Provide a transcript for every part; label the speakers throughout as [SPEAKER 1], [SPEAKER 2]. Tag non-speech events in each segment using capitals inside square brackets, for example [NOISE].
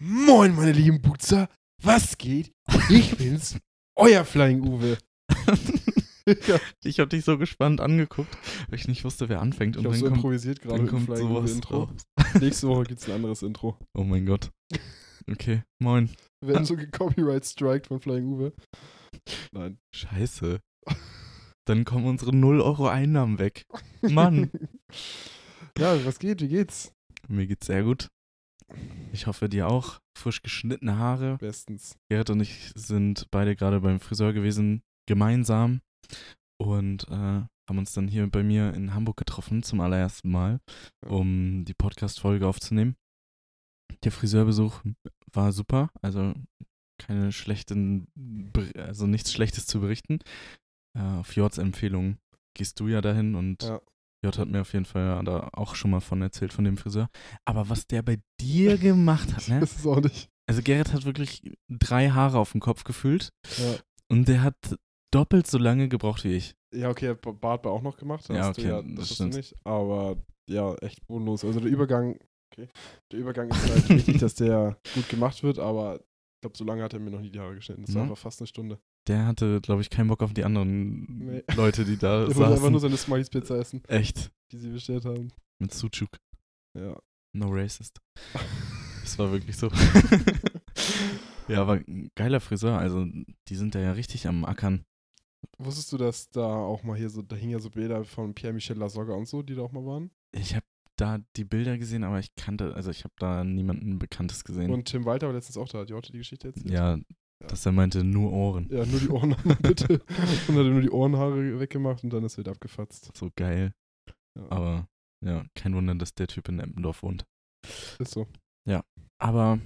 [SPEAKER 1] Moin, meine lieben Butzer. Was geht?
[SPEAKER 2] [LAUGHS]
[SPEAKER 1] Ich bin's, euer Flying Uwe. [LAUGHS] ja,
[SPEAKER 2] Ich habe dich so gespannt angeguckt, weil ich nicht wusste, wer anfängt.
[SPEAKER 1] ich
[SPEAKER 2] Und
[SPEAKER 1] habe
[SPEAKER 2] dann
[SPEAKER 1] so
[SPEAKER 2] kommt,
[SPEAKER 1] improvisiert gerade
[SPEAKER 2] dann
[SPEAKER 1] mit dem
[SPEAKER 2] kommt
[SPEAKER 1] Flying Uwe
[SPEAKER 2] sowas.
[SPEAKER 1] Intro.
[SPEAKER 2] raus.
[SPEAKER 1] [LAUGHS] Nächste Woche gibt's ein anderes Intro.
[SPEAKER 2] Oh mein Gott. Okay, moin.
[SPEAKER 1] Wir werden so gecopyright striked von Flying Uwe. Nein.
[SPEAKER 2] Scheiße. Dann kommen unsere 0 Euro Einnahmen weg. Mann.
[SPEAKER 1] [LAUGHS] ja, was geht? Wie geht's?
[SPEAKER 2] Mir geht's sehr gut. Ich hoffe, dir auch. Frisch geschnittene Haare.
[SPEAKER 1] Bestens.
[SPEAKER 2] Gerrit und ich sind beide gerade beim Friseur gewesen, gemeinsam. Und äh, haben uns dann hier bei mir in Hamburg getroffen, zum allerersten Mal, um die Podcast-Folge aufzunehmen. Der Friseurbesuch war super, also keine schlechten, Ber- also nichts Schlechtes zu berichten. Äh, auf Jords Empfehlung gehst du ja dahin und
[SPEAKER 1] Ja.
[SPEAKER 2] Jörg hat mir auf jeden Fall da auch schon mal von erzählt, von dem Friseur. Aber was der bei dir gemacht hat,
[SPEAKER 1] [LAUGHS]
[SPEAKER 2] ne?
[SPEAKER 1] Das ist auch nicht.
[SPEAKER 2] Also Gerrit hat wirklich drei Haare auf dem Kopf gefühlt
[SPEAKER 1] Ja.
[SPEAKER 2] und der hat doppelt so lange gebraucht wie ich.
[SPEAKER 1] Ja, okay, hat Bart war auch noch gemacht.
[SPEAKER 2] Ja,
[SPEAKER 1] hast du
[SPEAKER 2] okay,
[SPEAKER 1] ja,
[SPEAKER 2] das
[SPEAKER 1] das hast du
[SPEAKER 2] stimmt.
[SPEAKER 1] nicht. Aber ja, echt bodenlos.
[SPEAKER 2] [LAUGHS]
[SPEAKER 1] Also der Übergang, okay. Der Übergang ist halt wichtig, dass der gut gemacht wird, aber ich glaube, so lange hat er mir noch nie die Haare geschnitten. Das war
[SPEAKER 2] Mhm.
[SPEAKER 1] einfach fast eine Stunde.
[SPEAKER 2] Der hatte, glaube ich, keinen Bock auf die anderen
[SPEAKER 1] Nee.
[SPEAKER 2] Leute,
[SPEAKER 1] [LAUGHS]
[SPEAKER 2] die da
[SPEAKER 1] Er wollte einfach nur seine
[SPEAKER 2] saßen.
[SPEAKER 1] Smileys-Pizza essen,
[SPEAKER 2] Echt,
[SPEAKER 1] die sie bestellt haben.
[SPEAKER 2] mit Suchuk.
[SPEAKER 1] Ja.
[SPEAKER 2] No
[SPEAKER 1] [LAUGHS]
[SPEAKER 2] racist. Das war wirklich so. ja, aber ein geiler Friseur, also die sind da ja richtig am Ackern.
[SPEAKER 1] Wusstest du, dass da auch mal hier so, da hingen ja so Bilder von Pierre-Michel Lasogga und so, die da auch mal waren?
[SPEAKER 2] Ich habe da die Bilder gesehen, aber ich kannte, also ich habe da niemanden Bekanntes gesehen.
[SPEAKER 1] Und Tim Walter war letztens auch da, hat die heute die Geschichte erzählt.
[SPEAKER 2] ja, dass er meinte, nur Ohren.
[SPEAKER 1] Ja, nur die Ohrenhaare,
[SPEAKER 2] [LAUGHS]
[SPEAKER 1] bitte. Und hat ihm nur die Ohrenhaare weggemacht und dann ist er wieder abgefatzt.
[SPEAKER 2] So geil.
[SPEAKER 1] Ja,
[SPEAKER 2] Aber ja, kein Wunder, dass der Typ in Empendorf wohnt.
[SPEAKER 1] Ist so.
[SPEAKER 2] Aber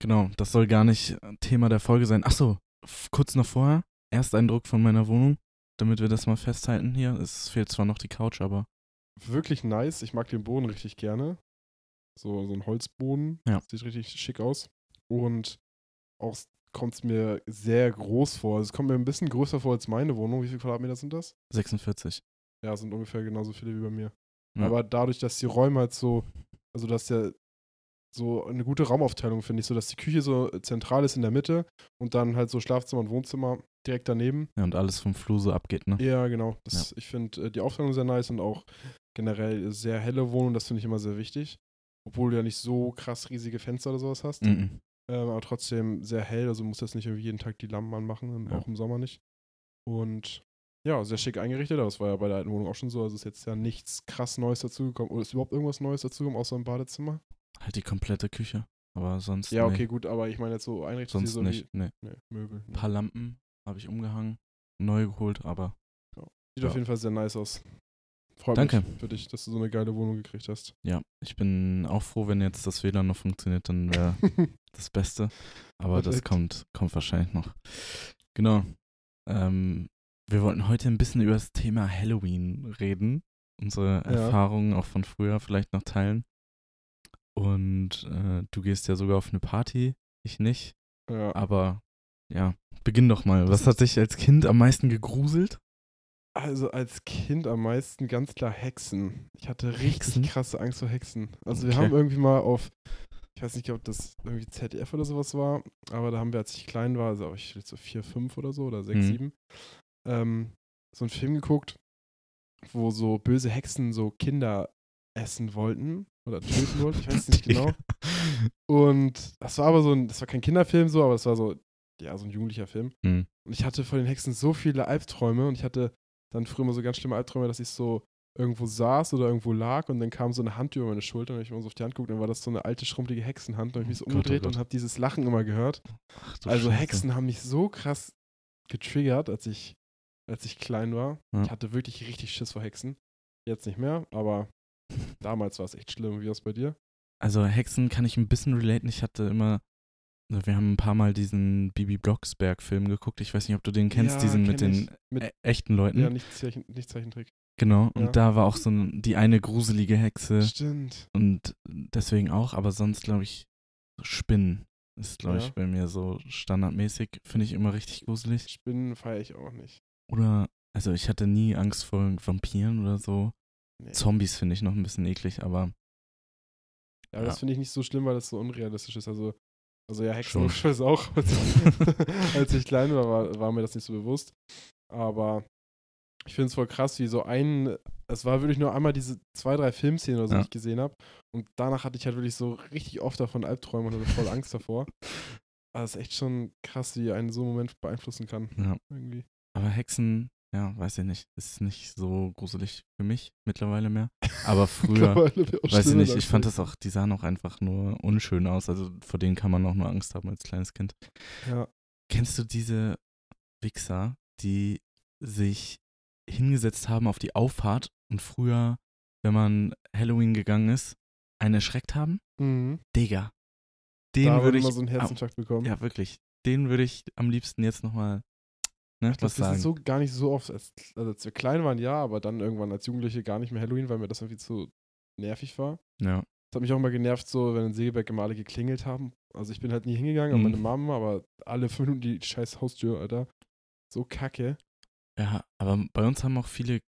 [SPEAKER 2] genau, das soll gar nicht Thema der Folge sein. Achso, kurz noch vorher, Ersteindruck von meiner Wohnung, damit wir das mal festhalten hier. Es fehlt zwar noch die Couch, aber
[SPEAKER 1] Wirklich nice. Ich mag den Boden richtig gerne. So, so ein Holzboden.
[SPEAKER 2] Ja.
[SPEAKER 1] Sieht richtig schick aus. Und auch kommt es mir sehr groß vor. Also, Es kommt mir ein bisschen größer vor als meine Wohnung. Wie viele Quadratmeter sind das?
[SPEAKER 2] 46.
[SPEAKER 1] Ja, sind ungefähr genauso viele wie bei mir.
[SPEAKER 2] Ja.
[SPEAKER 1] Aber dadurch, dass die Räume halt so, also dass der so eine gute Raumaufteilung finde ich, so dass die Küche so zentral ist in der Mitte und dann halt so Schlafzimmer und Wohnzimmer direkt daneben.
[SPEAKER 2] Ja, und alles vom Flur so abgeht, ne?
[SPEAKER 1] Ja, genau. Das, Ich finde äh, die Aufteilung sehr nice und auch generell sehr helle Wohnung, das finde ich immer sehr wichtig. Obwohl du ja nicht so krass riesige Fenster oder sowas hast.
[SPEAKER 2] Mhm.
[SPEAKER 1] Ähm, aber trotzdem sehr hell, also musst jetzt nicht irgendwie jeden Tag die Lampen anmachen, und
[SPEAKER 2] Ja.
[SPEAKER 1] auch im Sommer nicht. Und ja, sehr schick eingerichtet, aber das war ja bei der alten Wohnung auch schon so. Also ist jetzt ja nichts krass Neues dazugekommen. Oder ist überhaupt irgendwas Neues dazugekommen, außer im Badezimmer?
[SPEAKER 2] Halt die komplette Küche. Aber sonst.
[SPEAKER 1] Ja,
[SPEAKER 2] nee.
[SPEAKER 1] okay, gut, aber ich meine jetzt so einrichtet
[SPEAKER 2] Sonst
[SPEAKER 1] so
[SPEAKER 2] nicht. Nee.
[SPEAKER 1] Wie, nee, Möbel.
[SPEAKER 2] Ein
[SPEAKER 1] Nee.
[SPEAKER 2] paar Lampen habe ich umgehangen, neu geholt, aber
[SPEAKER 1] Sieht auf
[SPEAKER 2] ja.
[SPEAKER 1] jeden Fall sehr nice aus. Freut
[SPEAKER 2] Danke.
[SPEAKER 1] mich für dich, dass du so eine geile Wohnung gekriegt hast.
[SPEAKER 2] ja, ich bin auch froh, wenn jetzt das WLAN noch funktioniert, dann wäre das Beste. Aber das
[SPEAKER 1] Perfekt.
[SPEAKER 2] kommt, kommt wahrscheinlich noch. Genau. Ähm, wir wollten heute ein bisschen über das Thema Halloween reden. Unsere
[SPEAKER 1] Ja.
[SPEAKER 2] Erfahrungen auch von früher vielleicht noch teilen. Und äh, du gehst ja sogar auf eine Party, ich nicht.
[SPEAKER 1] [LAUGHS] ja.
[SPEAKER 2] Aber ja, beginn doch mal. Was hat dich als Kind am meisten gegruselt?
[SPEAKER 1] Also als Kind am meisten ganz klar Hexen. Ich hatte richtig
[SPEAKER 2] Hexen?
[SPEAKER 1] krasse Angst vor Hexen. Also wir
[SPEAKER 2] Okay.
[SPEAKER 1] haben irgendwie mal auf, ich weiß nicht, ob das irgendwie ZDF oder sowas war, aber da haben wir, als ich klein war, also ich vielleicht so vier, fünf oder so oder sechs,
[SPEAKER 2] Mhm.
[SPEAKER 1] sieben, ähm, so einen Film geguckt, wo so böse Hexen so Kinder essen wollten oder
[SPEAKER 2] [LAUGHS]
[SPEAKER 1] töten wollten. Ich weiß es nicht genau. Und das war aber so ein, das war kein Kinderfilm so, aber das war so, ja, so ein jugendlicher Film.
[SPEAKER 2] Mhm.
[SPEAKER 1] Und ich hatte von den Hexen so viele Albträume und ich hatte dann früher immer so ganz schlimme Albträume, dass ich so irgendwo saß oder irgendwo lag und dann kam so eine Hand über meine Schulter und hab ich mir so auf die Hand geguckt, dann war das so eine alte, schrumpelige Hexenhand. Dann habe ich mich so
[SPEAKER 2] Oh Gott, oh
[SPEAKER 1] umgedreht
[SPEAKER 2] Gott.
[SPEAKER 1] und habe dieses Lachen immer gehört.
[SPEAKER 2] Ach du
[SPEAKER 1] also
[SPEAKER 2] Scheiße.
[SPEAKER 1] Hexen haben mich so krass getriggert, als ich, als ich klein war.
[SPEAKER 2] Ja.
[SPEAKER 1] Ich hatte wirklich richtig Schiss vor Hexen. Jetzt nicht mehr,
[SPEAKER 2] [LAUGHS]
[SPEAKER 1] aber damals war es echt schlimm. Wie war es bei dir?
[SPEAKER 2] Also Hexen kann ich ein bisschen relaten. Ich hatte immer, also wir haben ein paar Mal diesen Bibi Blocksberg-Film geguckt. Ich weiß nicht, ob du den kennst,
[SPEAKER 1] Ja,
[SPEAKER 2] diesen mit
[SPEAKER 1] kenn
[SPEAKER 2] den
[SPEAKER 1] ich. Mit-
[SPEAKER 2] e echten Leuten.
[SPEAKER 1] Ja, nicht, Zeichen, nicht Zeichentrick.
[SPEAKER 2] genau.
[SPEAKER 1] ja.
[SPEAKER 2] Und da war auch so ein, die eine gruselige Hexe
[SPEAKER 1] Stimmt.
[SPEAKER 2] und deswegen auch, aber sonst glaube ich, Spinnen ist, glaube
[SPEAKER 1] Ja.
[SPEAKER 2] ich, bei mir so standardmäßig. Finde ich immer richtig gruselig.
[SPEAKER 1] Spinnen feiere ich auch nicht.
[SPEAKER 2] Oder, also ich hatte nie Angst vor Vampiren oder so.
[SPEAKER 1] Nee.
[SPEAKER 2] Zombies finde ich noch ein bisschen eklig, aber
[SPEAKER 1] Aber das
[SPEAKER 2] Ja.
[SPEAKER 1] finde ich nicht so schlimm, weil das so unrealistisch ist. Also Also ja,
[SPEAKER 2] Schon.
[SPEAKER 1] Hexenlusch ist
[SPEAKER 2] [LAUGHS]
[SPEAKER 1] auch. [LAUGHS] Als ich klein war, war, war mir das nicht so bewusst. Aber ich finde es voll krass, wie so ein, es war wirklich nur einmal diese zwei, drei Filmszenen oder so,
[SPEAKER 2] Ja.
[SPEAKER 1] die ich gesehen habe. Und danach hatte ich halt wirklich so richtig oft davon Albträume und hatte voll Angst
[SPEAKER 2] [LAUGHS]
[SPEAKER 1] davor. Aber es ist echt schon krass, wie einen so einen Moment beeinflussen kann.
[SPEAKER 2] Ja.
[SPEAKER 1] Irgendwie.
[SPEAKER 2] Aber Hexen, ja, weiß ich nicht. Ist nicht so gruselig für mich mittlerweile mehr.
[SPEAKER 1] [LAUGHS]
[SPEAKER 2] Aber früher,
[SPEAKER 1] Mittlerweile wär auch
[SPEAKER 2] weiß ich
[SPEAKER 1] schlimmer
[SPEAKER 2] nicht, ich fand
[SPEAKER 1] als
[SPEAKER 2] das auch, die sahen auch einfach nur unschön aus. Also vor denen kann man auch nur Angst haben als kleines Kind.
[SPEAKER 1] ich. Ja.
[SPEAKER 2] Kennst du diese Wichser, die sich hingesetzt haben auf die Auffahrt und früher, wenn man Halloween gegangen ist, einen erschreckt haben?
[SPEAKER 1] Mhm.
[SPEAKER 2] Digga. Den
[SPEAKER 1] Da
[SPEAKER 2] würde
[SPEAKER 1] würde
[SPEAKER 2] ich.
[SPEAKER 1] immer so einen Herzinfarkt bekommen.
[SPEAKER 2] ja, wirklich. Den würde ich am liebsten jetzt nochmal ne,
[SPEAKER 1] Ich glaub,
[SPEAKER 2] was
[SPEAKER 1] das
[SPEAKER 2] sagen.
[SPEAKER 1] ist so gar nicht so oft. Als, also als wir klein waren, ja, aber dann irgendwann als Jugendliche gar nicht mehr Halloween, weil mir das irgendwie zu nervig war.
[SPEAKER 2] ja.
[SPEAKER 1] Das hat mich auch mal genervt, so wenn in Segeberg immer alle geklingelt haben. Also ich bin halt nie hingegangen, aber meine
[SPEAKER 2] Mhm.
[SPEAKER 1] Mama, aber alle fünf Minuten die scheiß Haustür, Alter. So kacke.
[SPEAKER 2] ja, aber bei uns haben auch viele,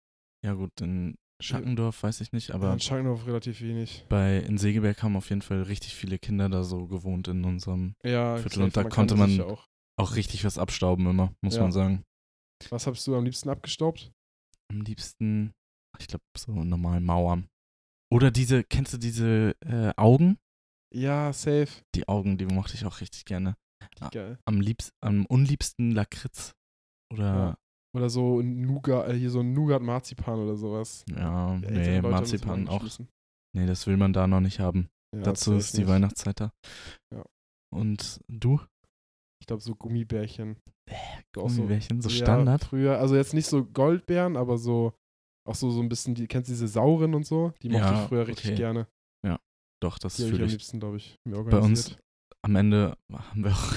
[SPEAKER 2] ja gut, in Schackendorf weiß ich nicht, aber
[SPEAKER 1] Aber anscheinend noch relativ wenig.
[SPEAKER 2] bei in Segeberg haben auf jeden Fall richtig viele Kinder da so gewohnt in unserem.
[SPEAKER 1] Ja,
[SPEAKER 2] Viertel und
[SPEAKER 1] safe,
[SPEAKER 2] da konnte
[SPEAKER 1] kann das
[SPEAKER 2] man-
[SPEAKER 1] sicher auch.
[SPEAKER 2] Auch richtig was abstauben immer, muss
[SPEAKER 1] Ja.
[SPEAKER 2] man sagen.
[SPEAKER 1] Was hast du am liebsten abgestaubt?
[SPEAKER 2] Am liebsten, ich glaube, so normal Mauern. Oder diese, kennst du diese äh, Augen?
[SPEAKER 1] Ja, safe.
[SPEAKER 2] Die Augen, die mochte ich auch richtig gerne. Ah.
[SPEAKER 1] Geil.
[SPEAKER 2] Am liebsten, am unliebsten Lakritz. Oder,
[SPEAKER 1] Oder so ein Nougat, äh, hier so ein Nougat-Marzipan oder sowas.
[SPEAKER 2] ja,
[SPEAKER 1] Ja, ältere Leute
[SPEAKER 2] nee,
[SPEAKER 1] haben das immer
[SPEAKER 2] Marzipan auch.
[SPEAKER 1] angeschmissen.
[SPEAKER 2] Nee, das will man da noch nicht haben.
[SPEAKER 1] Ja,
[SPEAKER 2] Dazu
[SPEAKER 1] safe
[SPEAKER 2] ist die
[SPEAKER 1] nicht.
[SPEAKER 2] Weihnachtszeit da.
[SPEAKER 1] Ja.
[SPEAKER 2] Und du?
[SPEAKER 1] Ich glaube, so Gummibärchen. Auch so-
[SPEAKER 2] Gummibärchen, Hm, so
[SPEAKER 1] Ja,
[SPEAKER 2] Standard?
[SPEAKER 1] Früher, also jetzt nicht so Goldbeeren, aber so auch so, so ein bisschen, die, kennst du diese sauren und so? Die mochte
[SPEAKER 2] Ja,
[SPEAKER 1] ich früher richtig
[SPEAKER 2] okay.
[SPEAKER 1] gerne.
[SPEAKER 2] Doch, das
[SPEAKER 1] Die habe ich
[SPEAKER 2] fühle
[SPEAKER 1] am
[SPEAKER 2] ich.
[SPEAKER 1] liebsten, glaube ich, mir
[SPEAKER 2] Bei uns-
[SPEAKER 1] organisiert.
[SPEAKER 2] Am Ende haben wir auch,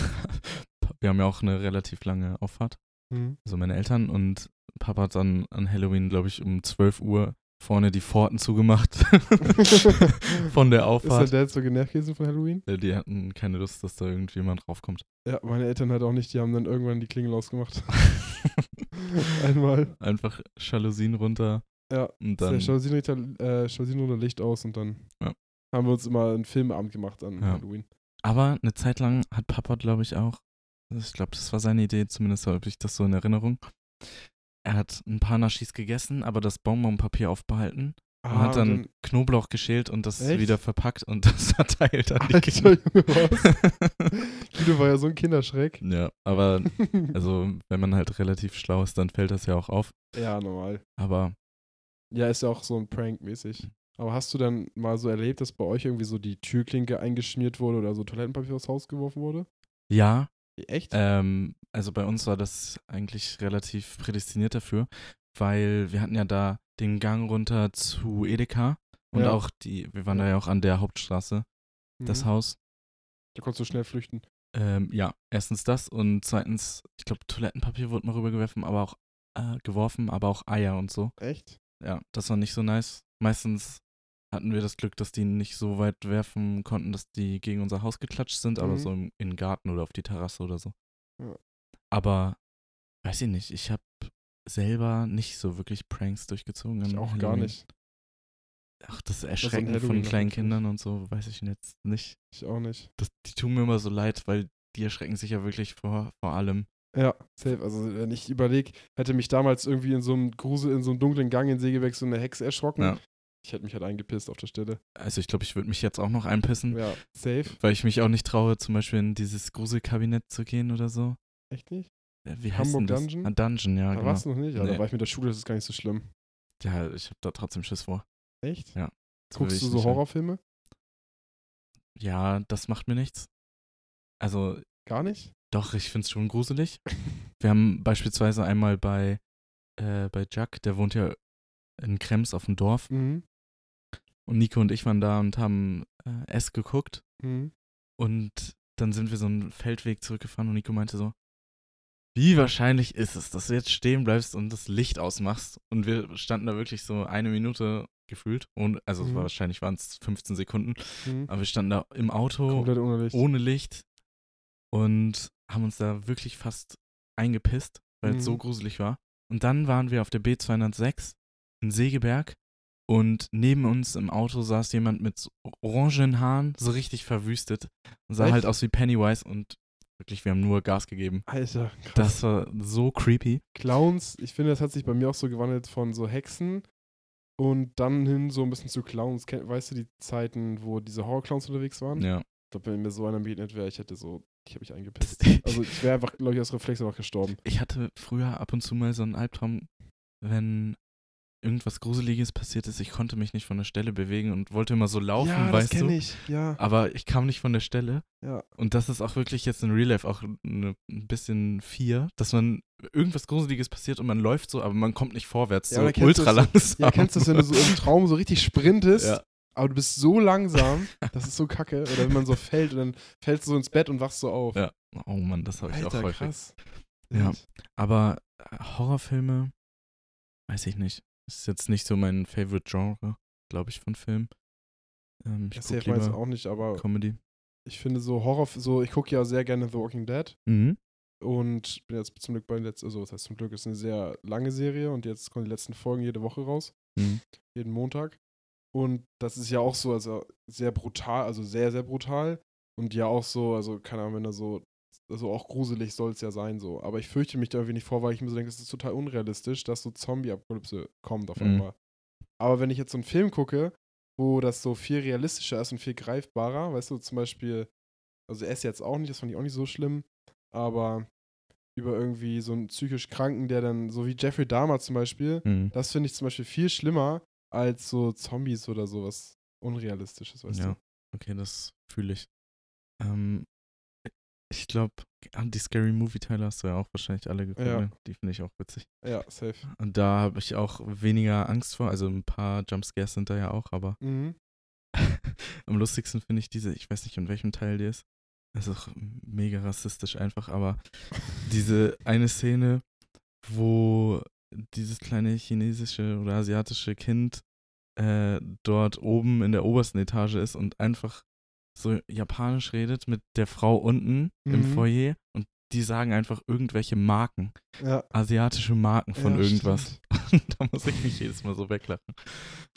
[SPEAKER 2] wir haben ja auch [LAUGHS] eine relativ lange Auffahrt. [LAUGHS]
[SPEAKER 1] Hm.
[SPEAKER 2] also meine Eltern und Papa hat dann an Halloween, glaube ich, um 12 Uhr vorne die Pforten zugemacht [LAUGHS] von
[SPEAKER 1] Ist dein
[SPEAKER 2] der Auffahrt.
[SPEAKER 1] Dad so genervt gewesen von Halloween?
[SPEAKER 2] Äh, Die hatten keine Lust, dass da irgendjemand raufkommt.
[SPEAKER 1] [LAUGHS] Ja, meine Eltern halt auch nicht, die haben dann irgendwann die Klingel ausgemacht. [LAUGHS] Einmal.
[SPEAKER 2] Einfach Jalousien runter
[SPEAKER 1] Ja,
[SPEAKER 2] und
[SPEAKER 1] Dann.
[SPEAKER 2] dann.
[SPEAKER 1] Ist der Jalousienrichter- äh, Jalousienrunde Licht aus und dann
[SPEAKER 2] Ja.
[SPEAKER 1] haben wir uns immer einen Filmabend gemacht an
[SPEAKER 2] Ja.
[SPEAKER 1] Halloween.
[SPEAKER 2] Aber eine Zeit lang hat Papa, glaube ich, auch, ich glaube, das war seine Idee, zumindest habe ich das so in Erinnerung. Er hat ein paar Naschis gegessen, aber das Bonbonpapier aufbehalten und
[SPEAKER 1] Ah,
[SPEAKER 2] hat dann,
[SPEAKER 1] und
[SPEAKER 2] Knoblauch geschält und das
[SPEAKER 1] Echt?
[SPEAKER 2] wieder verpackt und [LAUGHS] das halt verteilt an [LAUGHS]
[SPEAKER 1] [LAUGHS]
[SPEAKER 2] die
[SPEAKER 1] Alter,
[SPEAKER 2] Kinder.
[SPEAKER 1] Junge, Guido war ja so ein Kinderschreck.
[SPEAKER 2] [LAUGHS] Ja, aber [LAUGHS] also wenn man halt relativ schlau ist, dann fällt das ja auch auf.
[SPEAKER 1] ja, normal.
[SPEAKER 2] Aber
[SPEAKER 1] Ja, ist ja auch so ein Prank mäßig. Aber hast du dann mal so erlebt, dass bei euch irgendwie so die Türklinke eingeschmiert wurde oder so Toilettenpapier aufs Haus geworfen wurde?
[SPEAKER 2] ja,
[SPEAKER 1] Äh, Echt?
[SPEAKER 2] ähm, also bei uns war das eigentlich relativ prädestiniert dafür, weil wir hatten ja da den Gang runter zu Edeka und
[SPEAKER 1] Ja.
[SPEAKER 2] auch die, wir waren da ja auch an der Hauptstraße, das
[SPEAKER 1] Mhm.
[SPEAKER 2] Haus.
[SPEAKER 1] Da konntest du schnell flüchten.
[SPEAKER 2] Ähm, ja, erstens das und zweitens, ich glaube, Toilettenpapier wurde mal rübergeworfen, aber auch äh, geworfen, aber auch Eier und so.
[SPEAKER 1] Echt?
[SPEAKER 2] ja, das war nicht so nice. Meistens hatten wir das Glück, dass die nicht so weit werfen konnten, dass die gegen unser Haus geklatscht sind, aber
[SPEAKER 1] Mhm.
[SPEAKER 2] so im, in den Garten oder auf die Terrasse oder so.
[SPEAKER 1] Ja.
[SPEAKER 2] Aber weiß ich nicht, ich habe selber nicht so wirklich Pranks durchgezogen.
[SPEAKER 1] Ich
[SPEAKER 2] an
[SPEAKER 1] auch gar
[SPEAKER 2] Halloween.
[SPEAKER 1] nicht.
[SPEAKER 2] Ach, das Erschrecken von
[SPEAKER 1] Halloween
[SPEAKER 2] kleinen
[SPEAKER 1] natürlich.
[SPEAKER 2] Kindern und so, weiß ich jetzt nicht.
[SPEAKER 1] Ich auch nicht.
[SPEAKER 2] Das, die tun mir immer so leid, weil die erschrecken sich ja wirklich vor, vor allem.
[SPEAKER 1] Ja, safe. Also wenn ich überlege, hätte mich damals irgendwie in so einem Grusel, in so einem dunklen Gang in Sägewerk so eine Hexe erschrocken.
[SPEAKER 2] Ja.
[SPEAKER 1] Ich hätte mich halt eingepisst auf der Stelle.
[SPEAKER 2] Also ich glaube, ich würde mich jetzt auch noch einpissen,
[SPEAKER 1] Ja, safe.
[SPEAKER 2] weil ich mich auch nicht traue, zum Beispiel in dieses Gruselkabinett zu gehen oder so.
[SPEAKER 1] Echt nicht?
[SPEAKER 2] Äh, Wie heißt
[SPEAKER 1] Hamburg
[SPEAKER 2] denn das?
[SPEAKER 1] Dungeon?
[SPEAKER 2] Ah, Dungeon, ja,
[SPEAKER 1] da
[SPEAKER 2] genau.
[SPEAKER 1] warst du noch nicht. Ja, da
[SPEAKER 2] Nee.
[SPEAKER 1] war ich mit der Schule, das ist gar nicht so schlimm.
[SPEAKER 2] Ja, ich habe da trotzdem Schiss vor.
[SPEAKER 1] Echt?
[SPEAKER 2] Ja. Das will
[SPEAKER 1] Guckst
[SPEAKER 2] ich
[SPEAKER 1] du so
[SPEAKER 2] nicht haben.
[SPEAKER 1] Horrorfilme?
[SPEAKER 2] Ja, das macht mir nichts. Also,
[SPEAKER 1] Gar nicht?
[SPEAKER 2] doch, ich find's schon
[SPEAKER 1] [LAUGHS]
[SPEAKER 2] gruselig. Wir haben beispielsweise einmal bei, äh, bei Jack, der wohnt ja in Krems auf dem Dorf,
[SPEAKER 1] Mhm.
[SPEAKER 2] und Nico und ich waren da und haben äh, es geguckt.
[SPEAKER 1] Mhm.
[SPEAKER 2] Und dann sind wir so einen Feldweg zurückgefahren und Nico meinte so, wie wahrscheinlich ist es, dass du jetzt stehen bleibst und das Licht ausmachst? Und wir standen da wirklich so eine Minute gefühlt. Und, also es
[SPEAKER 1] Mhm.
[SPEAKER 2] war wahrscheinlich waren es 15 Sekunden.
[SPEAKER 1] mhm.
[SPEAKER 2] Aber wir standen da im Auto
[SPEAKER 1] Komplett unerlebt.
[SPEAKER 2] Also ohne Licht und haben uns da wirklich fast eingepisst, weil es
[SPEAKER 1] Mhm.
[SPEAKER 2] so gruselig war. Und dann waren wir auf der B206 in Segeberg Und neben uns im Auto saß jemand mit so orangen Haaren, so richtig verwüstet. Und sah
[SPEAKER 1] Echt?
[SPEAKER 2] halt aus wie Pennywise und wirklich, wir haben nur Gas gegeben.
[SPEAKER 1] Alter, krass.
[SPEAKER 2] Das war so creepy.
[SPEAKER 1] Clowns, ich finde, das hat sich bei mir auch so gewandelt von so Hexen und dann hin so ein bisschen zu Clowns. Ken- Weißt du die Zeiten, wo diese Horror-Clowns unterwegs waren?
[SPEAKER 2] Ja.
[SPEAKER 1] Ich glaube, wenn mir so einer begegnet wäre, ich hätte so, ich habe mich
[SPEAKER 2] [LAUGHS]
[SPEAKER 1] eingepisst. Also ich wäre einfach, glaube ich, aus Reflex einfach gestorben.
[SPEAKER 2] Ich hatte früher ab und zu mal so einen Albtraum, wenn irgendwas Gruseliges passiert ist. Ich konnte mich nicht von der Stelle bewegen und wollte immer so laufen,
[SPEAKER 1] ja, das
[SPEAKER 2] weißt du?
[SPEAKER 1] kenne ich. Ja,
[SPEAKER 2] Aber ich kam nicht von der Stelle.
[SPEAKER 1] ja.
[SPEAKER 2] Und das ist auch wirklich jetzt in Real Life auch ne, ein bisschen vier, dass man irgendwas Gruseliges passiert und man läuft so, aber man kommt nicht vorwärts.
[SPEAKER 1] Ja,
[SPEAKER 2] so
[SPEAKER 1] oder kennst du
[SPEAKER 2] ultra langsam.
[SPEAKER 1] Ja, kennst du das, wenn
[SPEAKER 2] [LAUGHS]
[SPEAKER 1] du so im Traum so richtig sprintest,
[SPEAKER 2] Ja.
[SPEAKER 1] aber du bist so
[SPEAKER 2] [LAUGHS]
[SPEAKER 1] langsam, das ist so kacke. Oder wenn man so fällt und dann fällst du so ins Bett und wachst so auf.
[SPEAKER 2] Ja. Oh Mann, das habe ich auch
[SPEAKER 1] Alter,
[SPEAKER 2] häufig.
[SPEAKER 1] krass.
[SPEAKER 2] Ja. Aber äh, Horrorfilme, weiß ich nicht. Ist jetzt nicht so mein Favorite Genre, glaube ich, von Filmen. Ähm, ich
[SPEAKER 1] Das
[SPEAKER 2] gucke
[SPEAKER 1] hilft mir jetzt
[SPEAKER 2] lieber
[SPEAKER 1] auch nicht, aber
[SPEAKER 2] Comedy.
[SPEAKER 1] ich finde so Horror, so ich gucke ja sehr gerne The Walking Dead
[SPEAKER 2] Mhm.
[SPEAKER 1] und bin jetzt zum Glück bei den letzten, also das heißt zum Glück ist eine sehr lange Serie und jetzt kommen die letzten Folgen jede Woche raus,
[SPEAKER 2] Mhm.
[SPEAKER 1] jeden Montag. Und das ist ja auch so, also sehr brutal, also sehr, sehr brutal und ja auch so, also keine Ahnung, wenn da so, also auch gruselig soll es ja sein so. Aber ich fürchte mich da irgendwie nicht vor, weil ich mir so denke, es ist total unrealistisch, dass so Zombie-Apokalypse kommt auf
[SPEAKER 2] Mhm.
[SPEAKER 1] einmal. Aber wenn ich jetzt so einen Film gucke, wo das so viel realistischer ist und viel greifbarer, weißt du, zum Beispiel, also S jetzt auch nicht, das fand ich auch nicht so schlimm, aber über irgendwie so einen psychisch Kranken, der dann, so wie Jeffrey Dahmer zum Beispiel,
[SPEAKER 2] Mhm.
[SPEAKER 1] das finde ich zum Beispiel viel schlimmer als so Zombies oder sowas Unrealistisches, weißt
[SPEAKER 2] Ja, okay, das fühle ich. Ähm, ich glaube, die Scary Movie-Teile hast du ja auch wahrscheinlich alle geguckt.
[SPEAKER 1] Ja.
[SPEAKER 2] Ne? Die finde ich auch witzig.
[SPEAKER 1] du? Ja, safe.
[SPEAKER 2] Und da habe ich auch weniger Angst vor. Also ein paar Jumpscares sind da ja auch, aber
[SPEAKER 1] Mhm.
[SPEAKER 2] Am lustigsten finde ich diese, ich weiß nicht, in welchem Teil die ist. Das ist auch mega rassistisch einfach, aber diese eine Szene, wo dieses kleine chinesische oder asiatische Kind äh, dort oben in der obersten Etage ist und einfach so japanisch redet mit der Frau unten im
[SPEAKER 1] Mhm.
[SPEAKER 2] Foyer und die sagen einfach irgendwelche Marken,
[SPEAKER 1] [LAUGHS] Ja.
[SPEAKER 2] asiatische Marken von
[SPEAKER 1] Ja,
[SPEAKER 2] irgendwas.
[SPEAKER 1] stimmt.
[SPEAKER 2] [LAUGHS] da muss ich mich jedes Mal so weglachen.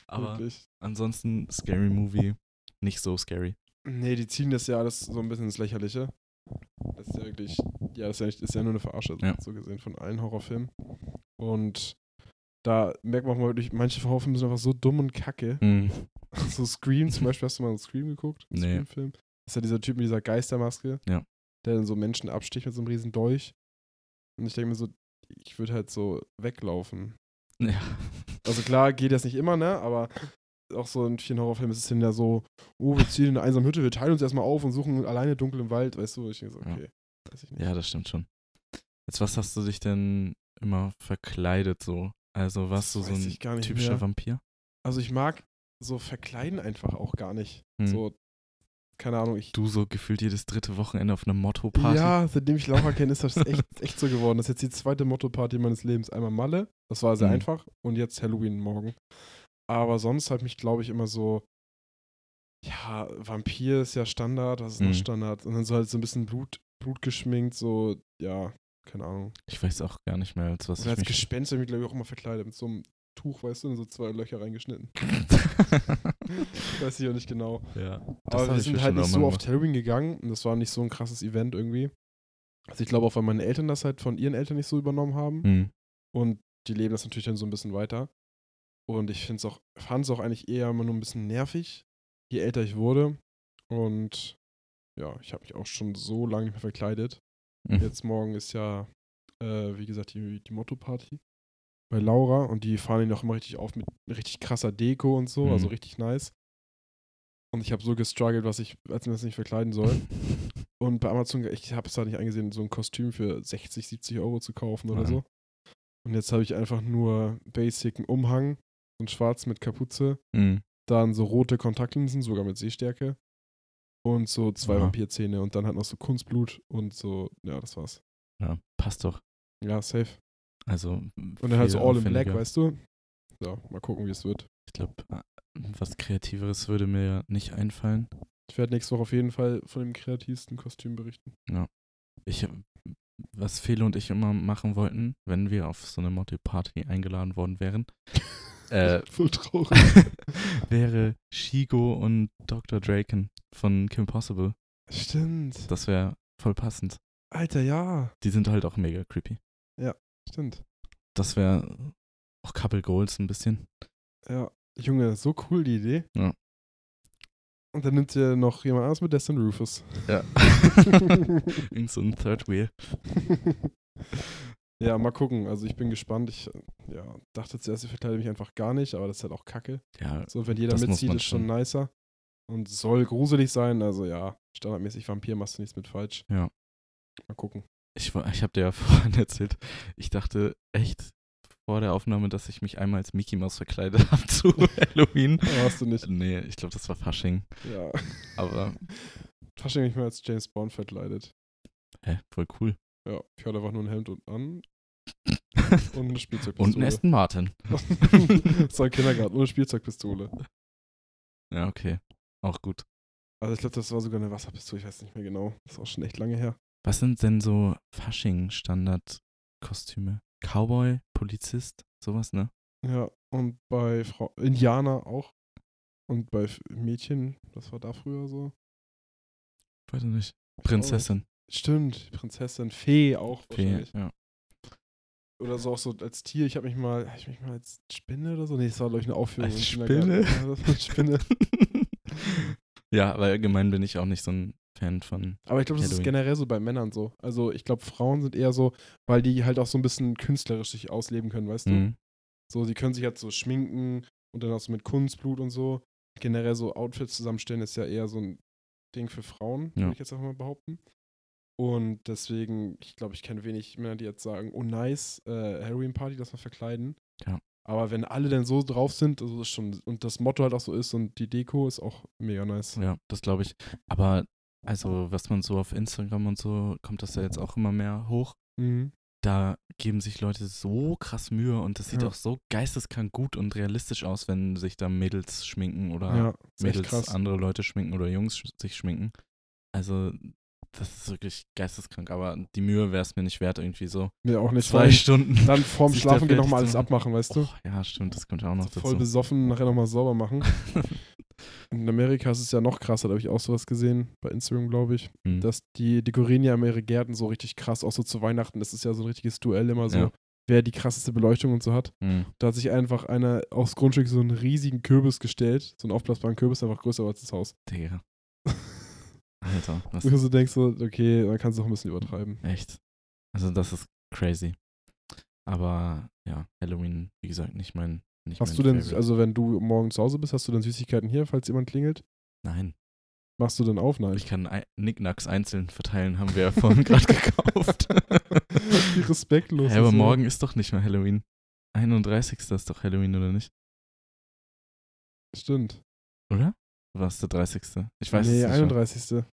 [SPEAKER 2] Aber
[SPEAKER 1] Wirklich.
[SPEAKER 2] ansonsten Scary Movie, nicht so scary.
[SPEAKER 1] Nee, die ziehen das ja alles so ein bisschen ins Lächerliche. Das ist ja wirklich, ja, das ist ja, nicht, ist ja nur eine Verarsche,
[SPEAKER 2] Ja.
[SPEAKER 1] so gesehen, von allen Horrorfilmen. Und da merkt man auch mal wirklich, manche Horrorfilme sind einfach so dumm und kacke. [LAUGHS] So Scream zum Beispiel, hast du mal einen Scream geguckt? Einen
[SPEAKER 2] Nee.
[SPEAKER 1] Scream-Film? Das ist ja dieser Typ mit dieser Geistermaske,
[SPEAKER 2] Ja.
[SPEAKER 1] der dann so Menschen absticht mit so einem riesen Dolch. Und ich denke mir so, ich würde halt so weglaufen.
[SPEAKER 2] Ja.
[SPEAKER 1] Also klar geht das nicht immer, ne? Aber auch so in vielen Horrorfilmen ist es dann ja so, oh, wir ziehen in eine einsame Hütte, wir teilen uns erstmal auf und suchen alleine dunkel im Wald, weißt du? Ich denke so,
[SPEAKER 2] Ja.
[SPEAKER 1] okay. Weiß ich nicht.
[SPEAKER 2] ja, das stimmt schon. Jetzt, was hast du dich denn immer verkleidet so? Also warst du
[SPEAKER 1] Das
[SPEAKER 2] so
[SPEAKER 1] weiß
[SPEAKER 2] ein
[SPEAKER 1] ich gar nicht
[SPEAKER 2] typischer
[SPEAKER 1] mehr.
[SPEAKER 2] Vampir?
[SPEAKER 1] Also ich mag so verkleiden einfach auch gar nicht.
[SPEAKER 2] Hm.
[SPEAKER 1] So, keine Ahnung, ich.
[SPEAKER 2] Du so gefühlt jedes dritte Wochenende auf einer Motto-Party?
[SPEAKER 1] Ja, seitdem ich Laura kenne, ist das echt, [LAUGHS] echt so geworden. Das ist jetzt die zweite Motto-Party meines Lebens. Einmal Malle, das war sehr
[SPEAKER 2] Mhm.
[SPEAKER 1] einfach, und jetzt Halloween morgen. Aber sonst hat mich, glaube ich, immer so, ja, Vampir ist ja Standard, was ist noch
[SPEAKER 2] Mhm.
[SPEAKER 1] Standard? Und dann so halt so ein bisschen Blut, Blut geschminkt, so, ja, keine Ahnung.
[SPEAKER 2] Ich weiß auch gar nicht mehr, als was
[SPEAKER 1] Und als
[SPEAKER 2] ich mich...
[SPEAKER 1] Gespenst habe ich, glaube ich, auch immer verkleidet mit so einem Tuch, weißt du, und so zwei Löcher
[SPEAKER 2] [LAUGHS]
[SPEAKER 1] reingeschnitten. Weiß ich auch nicht genau.
[SPEAKER 2] ja.
[SPEAKER 1] Aber
[SPEAKER 2] hab
[SPEAKER 1] wir
[SPEAKER 2] ich
[SPEAKER 1] sind
[SPEAKER 2] bestimmt
[SPEAKER 1] halt nicht
[SPEAKER 2] auch
[SPEAKER 1] so
[SPEAKER 2] mal
[SPEAKER 1] oft
[SPEAKER 2] gemacht.
[SPEAKER 1] Halloween gegangen und das war nicht so ein krasses Event irgendwie. Also ich glaube auch, weil meine Eltern das halt von ihren Eltern nicht so übernommen haben
[SPEAKER 2] Hm.
[SPEAKER 1] und die leben das natürlich dann so ein bisschen weiter. Und ich find's auch, fand es auch eigentlich eher immer nur ein bisschen nervig, je älter ich wurde. Und ja, ich habe mich auch schon so lange nicht mehr verkleidet.
[SPEAKER 2] Mhm.
[SPEAKER 1] [LAUGHS] Jetzt morgen ist ja, äh, wie gesagt, die, die Motto-Party bei Laura und die fahren ihn auch immer richtig auf mit richtig krasser Deko und so, also
[SPEAKER 2] Mhm.
[SPEAKER 1] richtig nice. Und ich habe so gestruggelt, was ich, als mir das nicht verkleiden
[SPEAKER 2] [LAUGHS]
[SPEAKER 1] soll. Und bei Amazon, ich habe es da nicht eingesehen, so ein Kostüm für 60, 70 Euro zu kaufen oder
[SPEAKER 2] Ja.
[SPEAKER 1] so. Und jetzt habe ich einfach nur basic einen Umhang, so einen schwarz mit Kapuze,
[SPEAKER 2] Hm.
[SPEAKER 1] dann so rote Kontaktlinsen, sogar mit Sehstärke und so zwei
[SPEAKER 2] Aha.
[SPEAKER 1] Vampirzähne und dann halt noch so Kunstblut und so, ja, das war's.
[SPEAKER 2] ja, passt doch.
[SPEAKER 1] Ja, safe.
[SPEAKER 2] Also
[SPEAKER 1] Und dann halt so all in black, weißt du? So, mal gucken, wie es wird.
[SPEAKER 2] Ich glaube, was Kreativeres würde mir ja nicht einfallen.
[SPEAKER 1] Ich werde nächste Woche auf jeden Fall von dem kreativsten Kostüm berichten.
[SPEAKER 2] ich, äh, was Felo und ich immer machen wollten, wenn wir auf so eine Motte-Party eingeladen worden wären, Äh,
[SPEAKER 1] [LAUGHS] Voll traurig.
[SPEAKER 2] wäre Shigo und Dr. Draken von Kim Possible.
[SPEAKER 1] stimmt.
[SPEAKER 2] Das wäre voll passend.
[SPEAKER 1] Alter, ja.
[SPEAKER 2] Die sind halt auch mega creepy.
[SPEAKER 1] Stimmt.
[SPEAKER 2] Das wäre auch Couple Goals ein bisschen.
[SPEAKER 1] Ja. Junge, so cool die Idee.
[SPEAKER 2] Ja.
[SPEAKER 1] Und dann nimmt ihr noch jemand anderes mit, der ist dann Rufus. [LAUGHS]
[SPEAKER 2] Ja. Irgend so ein Third Wheel.
[SPEAKER 1] ja, mal gucken. Also ich bin gespannt. Ich äh, ja, dachte zuerst, ich verkleide mich einfach gar nicht, aber das ist halt auch kacke.
[SPEAKER 2] Ja,
[SPEAKER 1] So, wenn jeder
[SPEAKER 2] Das muss
[SPEAKER 1] mitzieht,
[SPEAKER 2] man
[SPEAKER 1] ist schon
[SPEAKER 2] schon.
[SPEAKER 1] nicer. Und soll gruselig sein. Also ja, standardmäßig Vampir machst du nichts mit falsch.
[SPEAKER 2] Ja.
[SPEAKER 1] Mal gucken.
[SPEAKER 2] ich, war- ich habe dir ja [LAUGHS] vorhin erzählt, ich dachte echt vor der Aufnahme, dass ich mich einmal als Mickey Mouse verkleidet [LAUGHS] habe zu Halloween.
[SPEAKER 1] Aber hast du nicht. [LAUGHS]
[SPEAKER 2] Äh, Nee, ich glaube, das war Fasching.
[SPEAKER 1] Ja.
[SPEAKER 2] Aber,
[SPEAKER 1] Wahrscheinlich nicht mehr als James Bond verkleidet.
[SPEAKER 2] hä, voll cool.
[SPEAKER 1] Ja, ich hatte einfach nur ein Hemd und
[SPEAKER 2] [LAUGHS]
[SPEAKER 1] an und eine Spielzeugpistole.
[SPEAKER 2] Und ein Aston Martin.
[SPEAKER 1] [LAUGHS] so ein Kindergarten ohne Spielzeugpistole.
[SPEAKER 2] Ja, okay. Auch gut.
[SPEAKER 1] Also ich glaube, das war sogar eine Wasserpistole, ich weiß nicht mehr genau. Das ist auch schon echt lange her.
[SPEAKER 2] Was sind denn so Fasching-Standard-Kostüme? Cowboy, Polizist, sowas, ne?
[SPEAKER 1] Ja, und bei Frau Indianer auch. Und bei F- Mädchen, was war da früher so?
[SPEAKER 2] Weiß ich nicht.
[SPEAKER 1] Oh,
[SPEAKER 2] Prinzessin.
[SPEAKER 1] Stimmt, Prinzessin, Fee auch
[SPEAKER 2] Fee,
[SPEAKER 1] wahrscheinlich. [LAUGHS]
[SPEAKER 2] ja.
[SPEAKER 1] Oder so auch so als Tier. Ich habe mich mal, hab ich mich mal als Spinne oder so? Nee, das war, glaube ich, eine Aufführung.
[SPEAKER 2] Als
[SPEAKER 1] im Kindergarten.
[SPEAKER 2] Spinne?
[SPEAKER 1] [LAUGHS] Ja, das war eine Spinne.
[SPEAKER 2] ja, aber allgemein bin ich auch nicht so ein Fan von.
[SPEAKER 1] Aber ich glaube, das ist
[SPEAKER 2] Halloween.
[SPEAKER 1] generell so bei Männern so. Also ich glaube, Frauen sind eher so, weil die halt auch so ein bisschen künstlerisch sich ausleben können, weißt du?
[SPEAKER 2] Mhm.
[SPEAKER 1] So, die können sich halt so schminken und dann auch so mit Kunstblut und so. Generell so Outfits zusammenstellen ist ja eher so ein Ding für Frauen,
[SPEAKER 2] Ja.
[SPEAKER 1] würde ich jetzt einfach mal behaupten. Und deswegen, ich glaube, ich kenne wenig Männer, die jetzt sagen, oh nice, äh, Halloween Party, lass mal verkleiden.
[SPEAKER 2] Ja.
[SPEAKER 1] Aber wenn alle dann so drauf sind, also das ist schon, und das Motto halt auch so ist und die Deko ist auch mega nice.
[SPEAKER 2] Ja, das glaube ich. Aber also, was man so auf Instagram und so, kommt das ja jetzt auch immer mehr hoch.
[SPEAKER 1] Mhm.
[SPEAKER 2] Da geben sich Leute so krass Mühe und das sieht
[SPEAKER 1] Ja.
[SPEAKER 2] auch so geisteskrank gut und realistisch aus, wenn sich da Mädels schminken oder
[SPEAKER 1] Ja, ist echt
[SPEAKER 2] Mädels
[SPEAKER 1] krass.
[SPEAKER 2] andere Leute schminken oder Jungs sch sich schminken. Also, das ist wirklich geisteskrank, aber die Mühe wäre es mir nicht wert, irgendwie so.
[SPEAKER 1] Mir auch nicht.
[SPEAKER 2] Zwei
[SPEAKER 1] Zwei
[SPEAKER 2] Stunden.
[SPEAKER 1] dann vorm
[SPEAKER 2] sich
[SPEAKER 1] Schlafen
[SPEAKER 2] da
[SPEAKER 1] gehen
[SPEAKER 2] fertig
[SPEAKER 1] nochmal
[SPEAKER 2] zu
[SPEAKER 1] alles
[SPEAKER 2] machen.
[SPEAKER 1] abmachen, weißt du?
[SPEAKER 2] Oh, ja, stimmt, das kommt ja auch noch
[SPEAKER 1] So voll
[SPEAKER 2] dazu.
[SPEAKER 1] besoffen, nachher nochmal sauber machen. In Amerika ist es ja noch krasser, da habe ich auch sowas gesehen, bei Instagram, glaube ich,
[SPEAKER 2] [LAUGHS] Hm.
[SPEAKER 1] dass die dekorieren ja immer ihre Gärten so richtig krass, auch so zu Weihnachten, das ist ja so ein richtiges Duell immer so,
[SPEAKER 2] Ja.
[SPEAKER 1] wer die krasseste Beleuchtung und so hat.
[SPEAKER 2] Hm.
[SPEAKER 1] Da hat sich einfach einer aufs Grundstück so einen riesigen Kürbis gestellt, so einen aufblasbaren Kürbis, einfach größer als das
[SPEAKER 2] [LAUGHS]
[SPEAKER 1] Haus.
[SPEAKER 2] Digga. Alter, was
[SPEAKER 1] Wo du denkst so, okay, man kann es noch ein bisschen übertreiben.
[SPEAKER 2] Echt. Also das ist crazy. Aber ja, Halloween, wie gesagt, nicht mein. Nicht
[SPEAKER 1] Hast du
[SPEAKER 2] mein
[SPEAKER 1] denn,
[SPEAKER 2] Favorite.
[SPEAKER 1] also wenn du morgen zu Hause bist, hast du dann Süßigkeiten hier, falls jemand klingelt?
[SPEAKER 2] Nein.
[SPEAKER 1] Machst du dann auf? Nein.
[SPEAKER 2] Ich kann ein- Nicknacks einzeln verteilen, haben wir
[SPEAKER 1] [LAUGHS]
[SPEAKER 2] ja vorhin gerade gekauft.
[SPEAKER 1] Wie respektlos.
[SPEAKER 2] Hä, aber
[SPEAKER 1] das ist.
[SPEAKER 2] morgen ist doch nicht mehr Halloween. 31. ist doch Halloween, oder nicht?
[SPEAKER 1] Stimmt.
[SPEAKER 2] Oder? War es der 30.? Ich weiß
[SPEAKER 1] nee,
[SPEAKER 2] es nicht.
[SPEAKER 1] 31. Stimmt,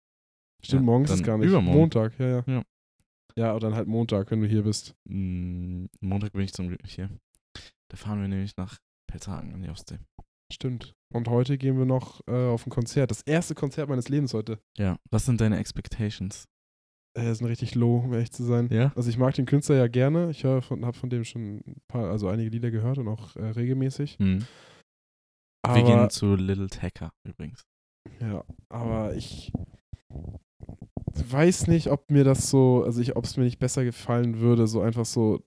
[SPEAKER 2] Ja,
[SPEAKER 1] morgens ist
[SPEAKER 2] dann
[SPEAKER 1] gar nicht.
[SPEAKER 2] übermorgen.
[SPEAKER 1] Montag, ja, ja.
[SPEAKER 2] Ja.
[SPEAKER 1] Ja, aber dann halt Montag, wenn du hier bist.
[SPEAKER 2] Mm, Montag bin ich zum Glück nicht hier. Da fahren wir nämlich nach Pelzhagen an die Ostsee.
[SPEAKER 1] Stimmt. Und heute gehen wir noch äh, auf ein Konzert. Das erste Konzert meines Lebens heute.
[SPEAKER 2] Ja. Was sind deine Expectations?
[SPEAKER 1] Äh, ist ein richtig low, um ehrlich zu sein.
[SPEAKER 2] Ja?
[SPEAKER 1] Also ich mag den Künstler ja gerne. Ich höre von, habe von dem schon ein paar, also einige Lieder gehört und auch äh, regelmäßig.
[SPEAKER 2] Hm.
[SPEAKER 1] Aber,
[SPEAKER 2] Wir gehen zu Little Tacker übrigens.
[SPEAKER 1] Ja, aber ich weiß nicht, ob mir das so, also ich, ob es mir nicht besser gefallen würde, so einfach so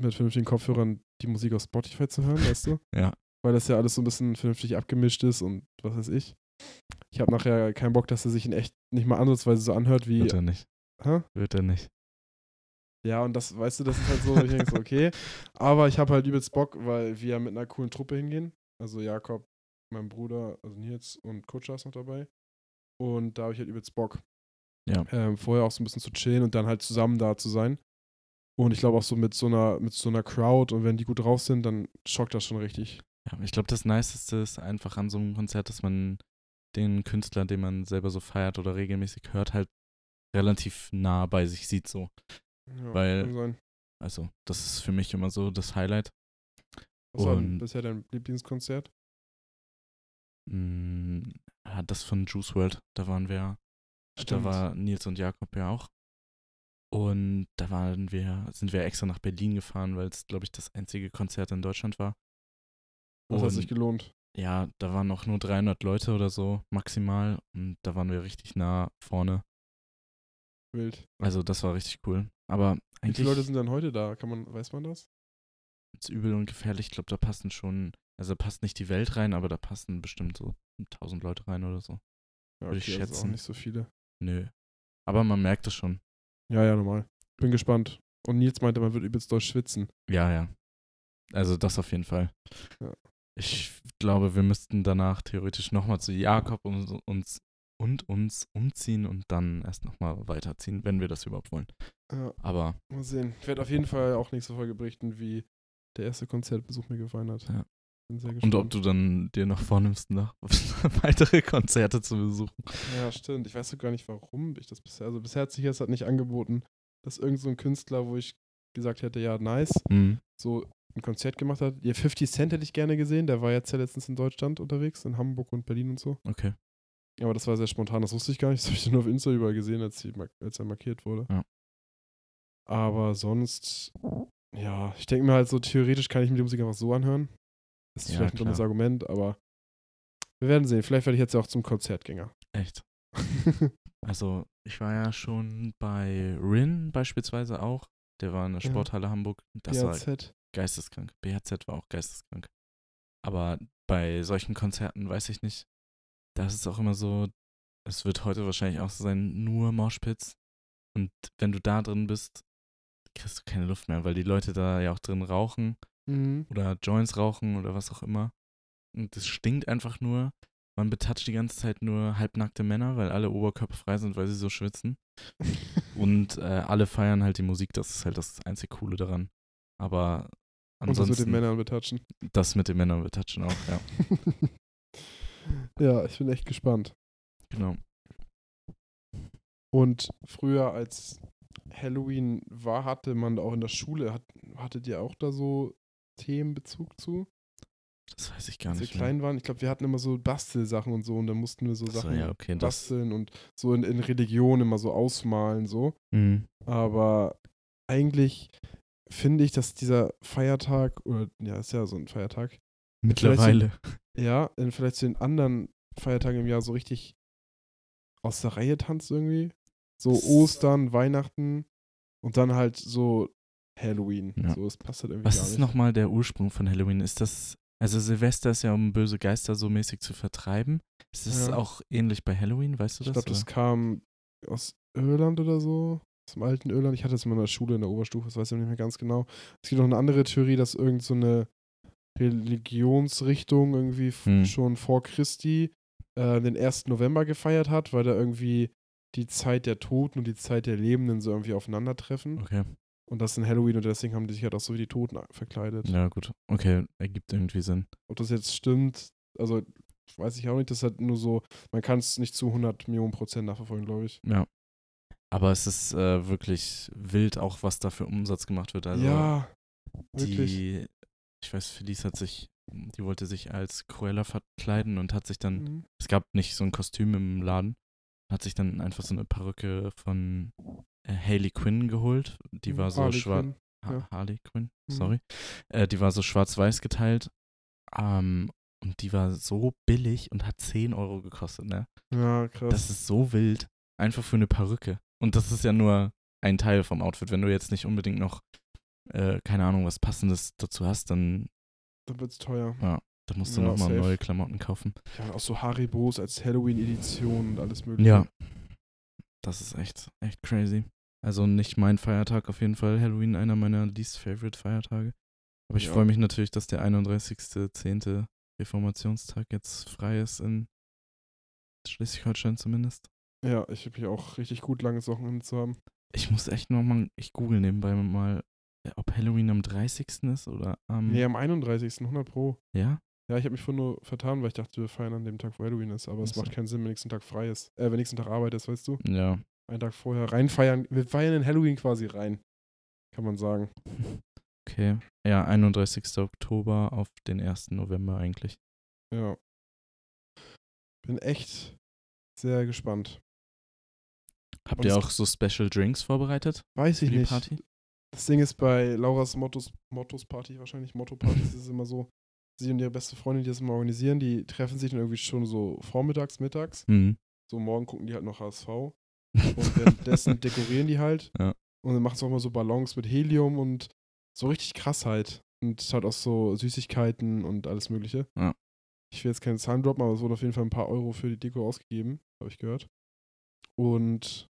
[SPEAKER 1] mit vernünftigen Kopfhörern die Musik auf Spotify zu hören, weißt du?
[SPEAKER 2] Ja.
[SPEAKER 1] Weil das ja alles so ein bisschen vernünftig abgemischt ist und was weiß ich. Ich habe nachher keinen Bock, dass er sich in echt nicht mal ansatzweise so anhört wie.
[SPEAKER 2] Wird er nicht.
[SPEAKER 1] Hä?
[SPEAKER 2] Wird er nicht.
[SPEAKER 1] Ja, und das, weißt du, das ist halt so, ich denke so, okay. Aber ich habe halt übelst Bock, weil wir mit einer coolen Truppe hingehen. Also Jakob, mein Bruder, also Nils und Kutscher ist noch dabei. Und da habe ich halt übelst Bock.
[SPEAKER 2] Ja.
[SPEAKER 1] Ähm, vorher auch so ein bisschen zu chillen und dann halt zusammen da zu sein. Und ich glaube auch so mit so einer, mit so einer Crowd und wenn die gut drauf sind, dann schockt das schon richtig.
[SPEAKER 2] Ja, ich glaube, das Niceste ist einfach an so einem Konzert, dass man den Künstler, den man selber so feiert oder regelmäßig hört, halt relativ nah bei sich sieht so.
[SPEAKER 1] Ja,
[SPEAKER 2] Weil-
[SPEAKER 1] kann sein.
[SPEAKER 2] Also, das ist für mich immer so das Highlight.
[SPEAKER 1] Was war denn
[SPEAKER 2] und-
[SPEAKER 1] bisher dein Lieblingskonzert?
[SPEAKER 2] Mm, ja, das von Juice World, da waren wir,
[SPEAKER 1] Stimmt.
[SPEAKER 2] da war Nils und Jakob ja auch. Und da waren wir, sind wir extra nach Berlin gefahren, weil es, glaube ich, das einzige Konzert in Deutschland war.
[SPEAKER 1] Das hat sich
[SPEAKER 2] Und
[SPEAKER 1] gelohnt.
[SPEAKER 2] ja, da waren noch nur 300 Leute oder so maximal und da waren wir richtig nah vorne.
[SPEAKER 1] Wild.
[SPEAKER 2] Also das war richtig cool. Aber
[SPEAKER 1] Wie
[SPEAKER 2] eigentlich
[SPEAKER 1] viele Leute sind dann heute da? Kann man, weiß man das?
[SPEAKER 2] ist übel und gefährlich. Ich glaube, da passen schon, also da passt nicht die Welt rein, aber da passen bestimmt so 1000 Leute rein oder so.
[SPEAKER 1] Ja,
[SPEAKER 2] Würde ich
[SPEAKER 1] also
[SPEAKER 2] schätzen.
[SPEAKER 1] Auch nicht so viele.
[SPEAKER 2] Nö. Aber man merkt es schon.
[SPEAKER 1] Ja, ja, normal. Bin gespannt. Und Nils meinte, man wird übelst doll schwitzen.
[SPEAKER 2] Ja, ja. Also das auf jeden Fall.
[SPEAKER 1] Ja.
[SPEAKER 2] Ich glaube, wir müssten danach theoretisch nochmal zu Jakob und uns und uns umziehen und dann erst nochmal weiterziehen, wenn wir das überhaupt wollen.
[SPEAKER 1] Ja,
[SPEAKER 2] Aber
[SPEAKER 1] mal sehen. Ich werde auf jeden Fall auch nächste Folge berichten, wie der erste Konzertbesuch mir gefallen hat.
[SPEAKER 2] Ja.
[SPEAKER 1] Bin sehr
[SPEAKER 2] und
[SPEAKER 1] gespannt.
[SPEAKER 2] ob du dann dir noch vornimmst, noch [LAUGHS] weitere Konzerte zu besuchen.
[SPEAKER 1] Ja, stimmt. Ich weiß so gar nicht, warum ich das bisher. Also bisher hat sich das halt nicht angeboten, dass irgend so ein Künstler, wo ich gesagt hätte, ja, nice,
[SPEAKER 2] Mhm.
[SPEAKER 1] so ein Konzert gemacht hat. Ja, 50 Cent hätte ich gerne gesehen. Der war jetzt ja letztens in Deutschland unterwegs, in Hamburg und Berlin und so.
[SPEAKER 2] Okay.
[SPEAKER 1] Aber das war sehr spontan, das wusste ich gar nicht. [LAUGHS] Das habe ich nur auf Insta überall gesehen, als, sie mark- als er markiert wurde.
[SPEAKER 2] Ja.
[SPEAKER 1] Aber sonst, ja, ich denke mir halt so, theoretisch kann ich mir die Musik einfach so anhören. Ist
[SPEAKER 2] Ja,
[SPEAKER 1] vielleicht ein dummes
[SPEAKER 2] klar.
[SPEAKER 1] Argument, aber wir werden sehen. Vielleicht werde ich jetzt ja auch zum Konzertgänger.
[SPEAKER 2] Echt.
[SPEAKER 1] [LAUGHS]
[SPEAKER 2] Also, ich war ja schon bei Rin beispielsweise auch. Der war in der
[SPEAKER 1] Ja.
[SPEAKER 2] Sporthalle Hamburg. Das war
[SPEAKER 1] BAZ.
[SPEAKER 2] geisteskrank. BHZ war auch geisteskrank. Aber bei solchen Konzerten weiß ich nicht. Das ist auch immer so, es wird heute wahrscheinlich auch so sein, nur Moshpits. Und wenn du da drin bist, kriegst du keine Luft mehr, weil die Leute da ja auch drin rauchen
[SPEAKER 1] Mhm.
[SPEAKER 2] oder Joints rauchen oder was auch immer. Und das stinkt einfach nur. Man betatscht die ganze Zeit nur halbnackte Männer, weil alle oberkörperfrei sind, weil sie so schwitzen. Und äh, alle feiern halt die Musik, das ist halt das einzige Coole daran. Aber
[SPEAKER 1] Und das mit den
[SPEAKER 2] ansonsten
[SPEAKER 1] Männern betatschen.
[SPEAKER 2] das mit den Männern wir touchen auch, ja.
[SPEAKER 1] [LAUGHS] ja, ich bin echt gespannt.
[SPEAKER 2] Genau.
[SPEAKER 1] Und früher, als Halloween war, hatte man da auch in der Schule, hat, hattet ihr auch da so Themenbezug zu?
[SPEAKER 2] Das weiß ich gar
[SPEAKER 1] Als wir
[SPEAKER 2] nicht. mehr.
[SPEAKER 1] klein waren, ich glaube, wir hatten immer so Bastelsachen und so und dann mussten wir so
[SPEAKER 2] Ach so,
[SPEAKER 1] Sachen
[SPEAKER 2] ja, okay, das.
[SPEAKER 1] basteln und so in, in Religion immer so ausmalen, so.
[SPEAKER 2] Mhm.
[SPEAKER 1] Aber eigentlich finde ich, dass dieser Feiertag, oder ja, ist ja so ein Feiertag,
[SPEAKER 2] Mittlerweile.
[SPEAKER 1] ja, in vielleicht zu den anderen Feiertagen im Jahr so richtig aus der Reihe tanzt irgendwie. So
[SPEAKER 2] Das-
[SPEAKER 1] Ostern, Weihnachten und dann halt so Halloween.
[SPEAKER 2] Ja.
[SPEAKER 1] So, es passt halt irgendwie
[SPEAKER 2] Was
[SPEAKER 1] gar
[SPEAKER 2] ist
[SPEAKER 1] nicht.
[SPEAKER 2] nochmal der Ursprung von Halloween? Ist das. Also Silvester ist ja, um böse Geister so mäßig zu vertreiben. Ist das
[SPEAKER 1] Ja.
[SPEAKER 2] auch ähnlich bei Halloween, weißt du
[SPEAKER 1] ich
[SPEAKER 2] das?
[SPEAKER 1] glaube, das kam aus Irland oder so. Aus dem alten Irland. Ich hatte es mal in der Schule, in der Oberstufe, das weiß ich nicht mehr ganz genau. Es gibt noch eine andere Theorie, dass irgend so eine Religionsrichtung irgendwie f-
[SPEAKER 2] Hm.
[SPEAKER 1] schon vor Christi äh, den 1. November gefeiert hat, weil da irgendwie die Zeit der Toten und die Zeit der Lebenden so irgendwie aufeinandertreffen.
[SPEAKER 2] oder? Okay.
[SPEAKER 1] Und das ist ein Halloween und deswegen haben die sich halt auch so wie die Toten a- verkleidet.
[SPEAKER 2] Ja, gut. Okay, ergibt irgendwie Sinn.
[SPEAKER 1] Ob das jetzt stimmt, also weiß ich auch nicht. Das ist halt nur so, man kann es nicht zu 100 Millionen Prozent nachverfolgen, glaube ich.
[SPEAKER 2] Ja. Aber es ist äh, wirklich wild, auch was da für Umsatz gemacht wird. Also
[SPEAKER 1] ja, wirklich.
[SPEAKER 2] die, ich weiß, Felice hat sich, die wollte sich als Cruella verkleiden und hat sich dann,
[SPEAKER 1] Mhm.
[SPEAKER 2] es gab nicht so ein Kostüm im Laden, hat sich dann einfach so eine Perücke von äh, Hayley Quinn geholt. Die war so
[SPEAKER 1] Mhm. Harley
[SPEAKER 2] schwarz.
[SPEAKER 1] Quinn.
[SPEAKER 2] Ha
[SPEAKER 1] ja.
[SPEAKER 2] Harley Quinn,
[SPEAKER 1] Mhm.
[SPEAKER 2] sorry. Äh, die war so schwarz-weiß geteilt. Ähm, und die war so billig und hat 10 Euro gekostet, ne?
[SPEAKER 1] Ja, krass.
[SPEAKER 2] Das ist so wild. Einfach für eine Perücke. Und das ist ja nur ein Teil vom Outfit. Wenn du jetzt nicht unbedingt noch, äh, keine Ahnung, was Passendes dazu hast, dann,
[SPEAKER 1] dann wird's teuer.
[SPEAKER 2] dann musst du
[SPEAKER 1] Ja,
[SPEAKER 2] nochmal
[SPEAKER 1] safe.
[SPEAKER 2] neue Klamotten kaufen.
[SPEAKER 1] Ja, auch so Haribos als Halloween-Edition und alles mögliche.
[SPEAKER 2] Ja. Das ist echt, echt crazy. Also nicht mein Feiertag auf jeden Fall. Halloween einer meiner least favorite Feiertage. Aber ich
[SPEAKER 1] Ja.
[SPEAKER 2] freue mich natürlich, dass der 31.10. Reformationstag jetzt frei ist in Schleswig-Holstein zumindest.
[SPEAKER 1] Ja, ich habe hier auch richtig gut langes Wochenende zu haben.
[SPEAKER 2] Ich muss echt nochmal, ich google nebenbei mal, äh, ob Halloween am 30. ist oder am,
[SPEAKER 1] Nee, am 31. 100 Pro.
[SPEAKER 2] ja?
[SPEAKER 1] Ja, ich habe mich vorhin nur vertan, weil ich dachte, wir feiern an dem Tag, wo Halloween ist. Aber es
[SPEAKER 2] Ach so.
[SPEAKER 1] macht keinen Sinn, wenn nächsten Tag frei ist. Äh, wenn nächsten Tag Arbeit ist, weißt du?
[SPEAKER 2] Ja. [LAUGHS]
[SPEAKER 1] Einen Tag vorher reinfeiern. Wir feiern in Halloween quasi rein. Kann man sagen.
[SPEAKER 2] Okay. Ja, 31. Oktober auf den 1. November eigentlich.
[SPEAKER 1] Ja. Bin echt sehr gespannt.
[SPEAKER 2] Habt
[SPEAKER 1] Und
[SPEAKER 2] ihr
[SPEAKER 1] es-
[SPEAKER 2] auch so Special Drinks vorbereitet
[SPEAKER 1] Weiß
[SPEAKER 2] für
[SPEAKER 1] ich
[SPEAKER 2] die
[SPEAKER 1] nicht.
[SPEAKER 2] Party?
[SPEAKER 1] Das Ding ist bei Lauras Mottos, Mottos Party wahrscheinlich, Motto Partys ist es immer so, sie und ihre beste Freundin, die das immer organisieren, die treffen sich dann irgendwie schon so vormittags, mittags.
[SPEAKER 2] Mhm.
[SPEAKER 1] So morgen gucken die halt noch HSV. Und
[SPEAKER 2] [LAUGHS]
[SPEAKER 1] währenddessen dekorieren die halt.
[SPEAKER 2] Ja.
[SPEAKER 1] Und dann machen sie auch mal so Ballons mit Helium und so richtig krass halt. Und halt auch so Süßigkeiten und alles Mögliche.
[SPEAKER 2] Ja.
[SPEAKER 1] Ich will jetzt keine Zahlen droppen, aber es wurden auf jeden Fall ein paar Euro für die Deko ausgegeben, habe ich gehört. Und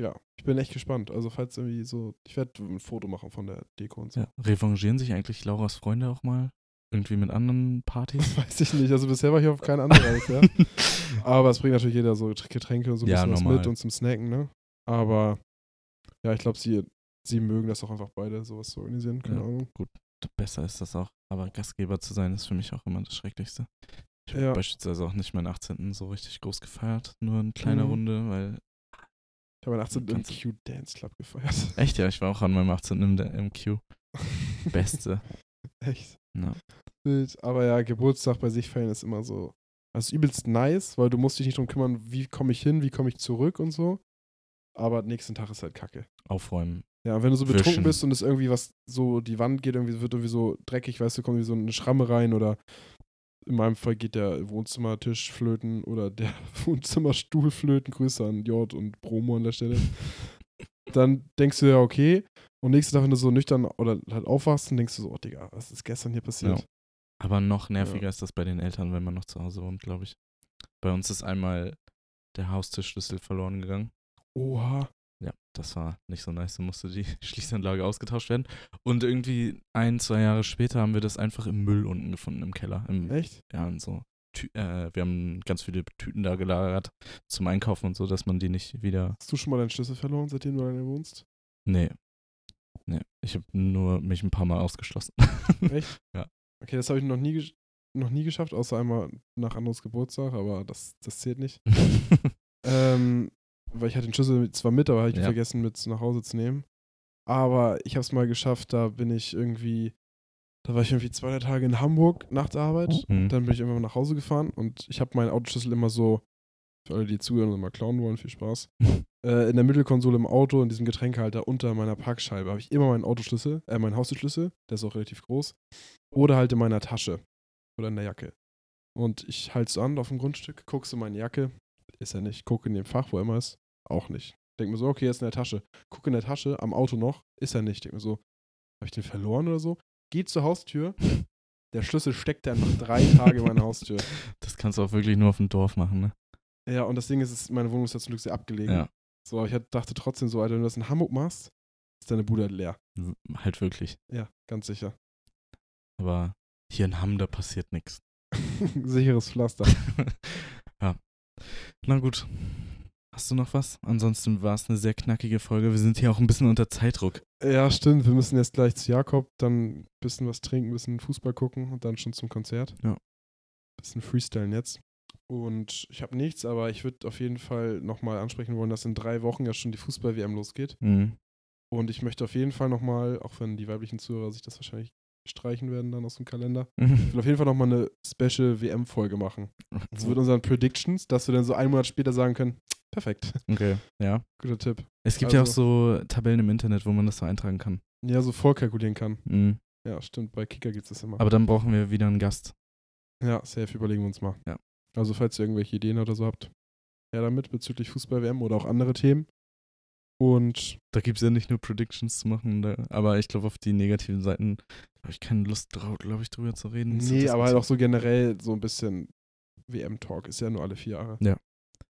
[SPEAKER 1] ja, ich bin echt gespannt. Also, falls irgendwie so. Ich werde ein Foto machen von der Deko und so.
[SPEAKER 2] Ja. Revanchieren sich eigentlich Lauras Freunde auch mal? Irgendwie mit anderen
[SPEAKER 1] [LAUGHS]
[SPEAKER 2] Partys?
[SPEAKER 1] Weiß ich nicht. Also bisher war ich auf keinen anderen.
[SPEAKER 2] [LAUGHS]
[SPEAKER 1] ja. Aber es bringt natürlich jeder so Getränke und so ein
[SPEAKER 2] Ja,
[SPEAKER 1] bisschen was
[SPEAKER 2] normal.
[SPEAKER 1] mit und zum Snacken, ne? Aber ja, ich glaube, sie, sie mögen das auch einfach beide, sowas zu organisieren. Keine
[SPEAKER 2] Ja.
[SPEAKER 1] Ahnung.
[SPEAKER 2] Besser ist das auch. Aber Gastgeber zu sein, ist für mich auch immer das Schrecklichste. Ich habe
[SPEAKER 1] Ja.
[SPEAKER 2] beispielsweise auch nicht meinen 18. so richtig groß gefeiert. Nur in kleiner
[SPEAKER 1] Mhm.
[SPEAKER 2] Runde, weil.
[SPEAKER 1] Ich habe meinen 18. im
[SPEAKER 2] Kannst-
[SPEAKER 1] Q Dance Club gefeiert.
[SPEAKER 2] Echt, ja, ich war auch an meinem 18. im der MQ. Beste.
[SPEAKER 1] [LAUGHS] Echt.
[SPEAKER 2] Ja.
[SPEAKER 1] Wild. Aber ja, Geburtstag bei sich feiern ist immer so. Also übelst nice, weil du musst dich nicht drum kümmern, wie komme ich hin, wie komme ich zurück und so. Aber nächsten Tag ist halt kacke.
[SPEAKER 2] Aufräumen.
[SPEAKER 1] Ja, und wenn du so
[SPEAKER 2] Wischen.
[SPEAKER 1] betrunken bist und es irgendwie was so, die Wand geht irgendwie, wird irgendwie so dreckig, weißt du, kommt irgendwie so eine Schramme rein oder in meinem Fall geht der Wohnzimmertisch flöten oder der [LAUGHS] Wohnzimmerstuhl flöten. Grüße an Jord und Bromo an der Stelle. Dann denkst du ja, okay. Und nächsten Tag, wenn du so nüchtern oder halt aufwachst, dann denkst du so, oh Digga, was ist gestern hier passiert?
[SPEAKER 2] Ja. Aber noch nerviger ist das bei den Eltern, wenn man noch zu Hause wohnt, glaube ich. Bei uns ist einmal der Haustischschlüssel verloren gegangen.
[SPEAKER 1] Oha.
[SPEAKER 2] Ja, das war nicht so nice. Da musste die [LAUGHS] Schließanlage ausgetauscht werden. Und irgendwie ein, zwei Jahre später haben wir das einfach im Müll unten gefunden, im Keller. Im,
[SPEAKER 1] Echt?
[SPEAKER 2] ja, und so. Tü äh, wir haben ganz viele Tüten da gelagert zum Einkaufen und so, dass man die nicht wieder.
[SPEAKER 1] Hast du schon mal deinen Schlüssel verloren, seitdem du alleine wohnst?
[SPEAKER 2] Nee. Nee. Ich habe nur mich ein paar Mal ausgeschlossen.
[SPEAKER 1] Echt?
[SPEAKER 2] Ja.
[SPEAKER 1] Okay, das habe ich noch nie, gesch- noch nie geschafft, außer einmal nach Andros Geburtstag, aber das, das zählt nicht. Ähm, weil ich hatte den Schlüssel zwar mit, aber habe ich ihn
[SPEAKER 2] Ja.
[SPEAKER 1] vergessen, mit nach Hause zu nehmen. Aber ich habe es mal geschafft, da bin ich irgendwie, da war ich irgendwie zwei, drei Tage in Hamburg nach der Arbeit.
[SPEAKER 2] [LAUGHS] Mhm.
[SPEAKER 1] Dann bin ich irgendwann nach Hause gefahren und ich habe meinen Autoschlüssel immer so, für alle, die zuhören und mal klauen wollen, viel
[SPEAKER 2] [LAUGHS]
[SPEAKER 1] Spaß, äh, in der Mittelkonsole im Auto, in diesem Getränkehalter unter meiner Parkscheibe habe ich immer meinen Autoschlüssel, äh, meinen Haustürschlüssel, der ist auch relativ groß, oder halt in meiner Tasche oder in der Jacke. Und ich halte so an auf dem Grundstück, guckst in meine Jacke, ist er nicht. Guck in dem Fach, wo er immer ist, auch nicht. Denk mir so, okay, er ist in der Tasche. Guck in der Tasche, am Auto noch, ist er nicht. Denk mir so, habe ich den verloren oder so? Geh zur Haustür, der Schlüssel steckt dann nach drei Tagen in meiner Haustür.
[SPEAKER 2] Das kannst du auch wirklich nur auf dem Dorf machen, ne?
[SPEAKER 1] Ja, und das Ding ist, es- meine Wohnung ist ja zum Glück sehr abgelegen.
[SPEAKER 2] Ja.
[SPEAKER 1] So, aber ich hat- dachte trotzdem so, Alter, wenn du das in Hamburg machst, ist deine Bude halt leer.
[SPEAKER 2] W- Halt wirklich.
[SPEAKER 1] Ja, ganz sicher. [LAUGHS]
[SPEAKER 2] Aber hier in Hamm, da passiert nichts.
[SPEAKER 1] Sicheres Pflaster.
[SPEAKER 2] [LAUGHS] ja. Na gut. Hast du noch was? Ansonsten war es eine sehr knackige Folge. Wir sind hier auch ein bisschen unter Zeitdruck.
[SPEAKER 1] Ja, stimmt. Wir müssen jetzt gleich zu Jakob, dann ein bisschen was trinken, ein bisschen Fußball gucken und dann schon zum Konzert.
[SPEAKER 2] Ja.
[SPEAKER 1] Bisschen freestylen jetzt. Und ich habe nichts, aber ich würde auf jeden Fall nochmal ansprechen wollen, dass in drei Wochen ja schon die Fußball-WM losgeht.
[SPEAKER 2] [LAUGHS]
[SPEAKER 1] Und ich möchte auf jeden Fall nochmal, auch wenn die weiblichen Zuhörer sich das wahrscheinlich streichen werden dann aus dem Kalender, ich will auf jeden Fall nochmal eine Special WM-Folge machen.
[SPEAKER 2] Mhm.
[SPEAKER 1] So mit unseren Predictions, dass wir dann so einen Monat später sagen können, perfekt,
[SPEAKER 2] Okay. Ja.
[SPEAKER 1] guter Tipp.
[SPEAKER 2] Es gibt ja auch so Tabellen im Internet, wo man das so eintragen kann.
[SPEAKER 1] Ja, so vorkalkulieren kann.
[SPEAKER 2] Mhm.
[SPEAKER 1] Ja, stimmt, bei Kicker gibt es das immer.
[SPEAKER 2] Aber dann brauchen wir wieder einen Gast.
[SPEAKER 1] Ja, safe, überlegen wir uns mal.
[SPEAKER 2] Ja.
[SPEAKER 1] Also, falls ihr irgendwelche Ideen oder so habt, her damit bezüglich Fußball-WM oder auch andere Themen. Und
[SPEAKER 2] Da gibt es ja nicht nur Predictions zu machen, da, aber ich glaube, auf die negativen Seiten habe ich keine Lust, drauf, glaube ich, drüber zu reden. zu
[SPEAKER 1] nee, aber halt
[SPEAKER 2] diskutieren.
[SPEAKER 1] auch so generell so ein bisschen WM-Talk. Ist ja nur alle vier Jahre.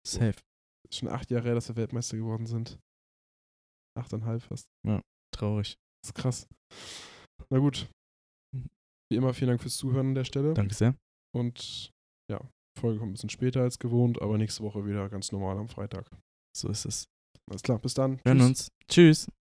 [SPEAKER 2] Safe.
[SPEAKER 1] Ist schon acht Jahre her, dass wir Weltmeister geworden sind. Achteinhalb fast.
[SPEAKER 2] Traurig.
[SPEAKER 1] Das ist krass. Na gut. Wie immer, vielen Dank fürs Zuhören an der Stelle.
[SPEAKER 2] Hm. Danke sehr.
[SPEAKER 1] Und ja, Folge kommt ein bisschen später als gewohnt, aber nächste Woche wieder ganz normal am Freitag.
[SPEAKER 2] So ist es.
[SPEAKER 1] Alles klar, bis dann.
[SPEAKER 2] Hören
[SPEAKER 1] Tschüss.
[SPEAKER 2] uns. Tschüss.